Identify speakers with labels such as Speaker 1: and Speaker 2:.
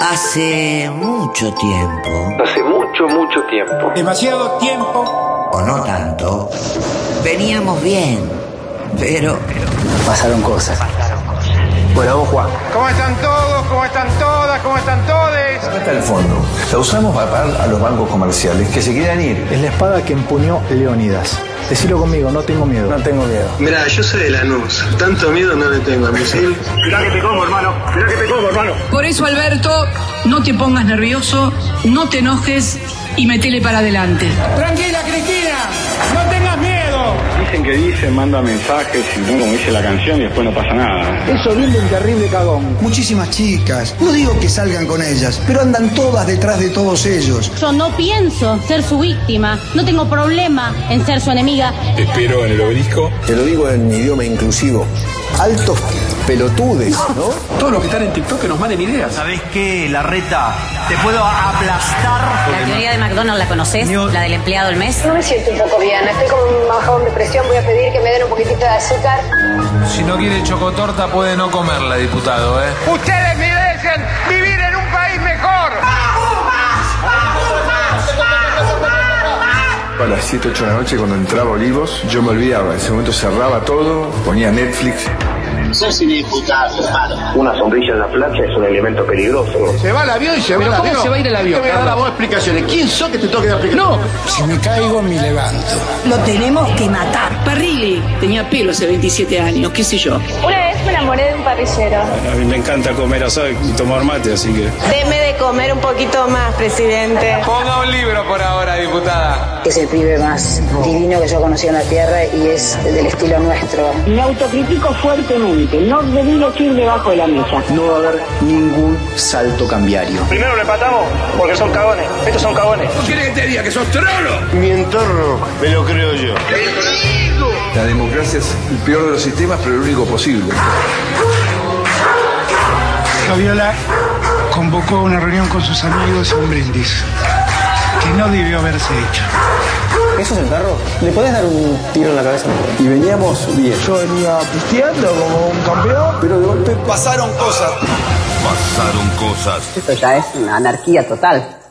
Speaker 1: Hace mucho tiempo,
Speaker 2: Hace mucho, mucho tiempo.
Speaker 3: Demasiado tiempo.
Speaker 1: o no tanto, veníamos bien, pero
Speaker 4: Pasaron cosas. Bueno, vamos, Juan.
Speaker 3: ¿Cómo están todos? ¿Cómo están todas? ¿Cómo están todos?
Speaker 5: Acá está el fondo. La usamos para pagar a los bancos comerciales que se quieran ir.
Speaker 6: Es la espada que empuñó Leónidas. Decilo conmigo, no tengo miedo. No tengo miedo.
Speaker 7: Mira, yo soy de Lanús. Tanto miedo no le tengo a mí, ¿sí?
Speaker 8: Por eso, Alberto, no te pongas nervioso, no te enojes y metele para adelante.
Speaker 3: Tranquila, Cristina. No tengas miedo.
Speaker 9: Dicen que dicen, manda mensajes y no como dice la canción y después no pasa nada.
Speaker 6: Eso viene un terrible cagón.
Speaker 10: Muchísimas chicas, no digo que salgan con ellas, pero andan todas detrás de todos ellos.
Speaker 11: Yo no pienso ser su víctima, no tengo problema en ser su enemiga.
Speaker 9: Espero en el obelisco.
Speaker 4: Te lo digo en idioma inclusivo. Altos pelotudes, ¿no?
Speaker 5: Todos los que están en TikTok que nos manden ideas.
Speaker 3: ¿Sabés qué, la reta? Te puedo aplastar.
Speaker 11: La teoría de McDonald's la conoces, la del empleado del mes.
Speaker 8: No me siento un poco bien, estoy con un bajón de presión, voy a pedir que me den un poquitito de azúcar.
Speaker 3: Si no quiere chocotorta, puede no comerla, diputado, ¿eh? Ustedes merecen vivir en un país mejor.
Speaker 5: A las 7, 8 de la noche cuando entraba Olivos, yo me olvidaba. En ese momento cerraba todo, ponía Netflix.
Speaker 2: Una sombrilla en la playa es un elemento peligroso.
Speaker 3: Se va el avión y se va el avión. se va a ir el avión? me dar a vos explicaciones. ¿Quién sos que te toque dar explicaciones?
Speaker 10: Si me caigo, me levanto.
Speaker 8: Lo tenemos que matar. Parrilli tenía pelo hace 27 años, qué sé yo.
Speaker 11: Una vez me enamoré de un parrillero.
Speaker 9: A mí me encanta comer asado y tomar mate, así que...
Speaker 11: Deme de comer un poquito más, presidente.
Speaker 3: Ponga un libro por ahora, diputada.
Speaker 8: Es el pibe más divino que yo conocí en la tierra y es del estilo nuestro.
Speaker 11: Me autocritico fuertemente, no debí ir debajo de la mesa.
Speaker 4: No va a haber ningún salto cambiario.
Speaker 3: Primero lo empatamos porque son cagones. Estos son cagones.
Speaker 7: Mi entorno me lo creo yo.
Speaker 5: La democracia es el peor de los sistemas, pero el único posible.
Speaker 6: Fabiola convocó una reunión con sus amigos a un brindis que no debió haberse hecho.
Speaker 4: ¿Eso es el carro? ¿Le podés dar un tiro en la cabeza? Y veníamos bien. Yo venía pisteando como un campeón, pero de golpe pasaron cosas.
Speaker 11: Esto ya es una anarquía total.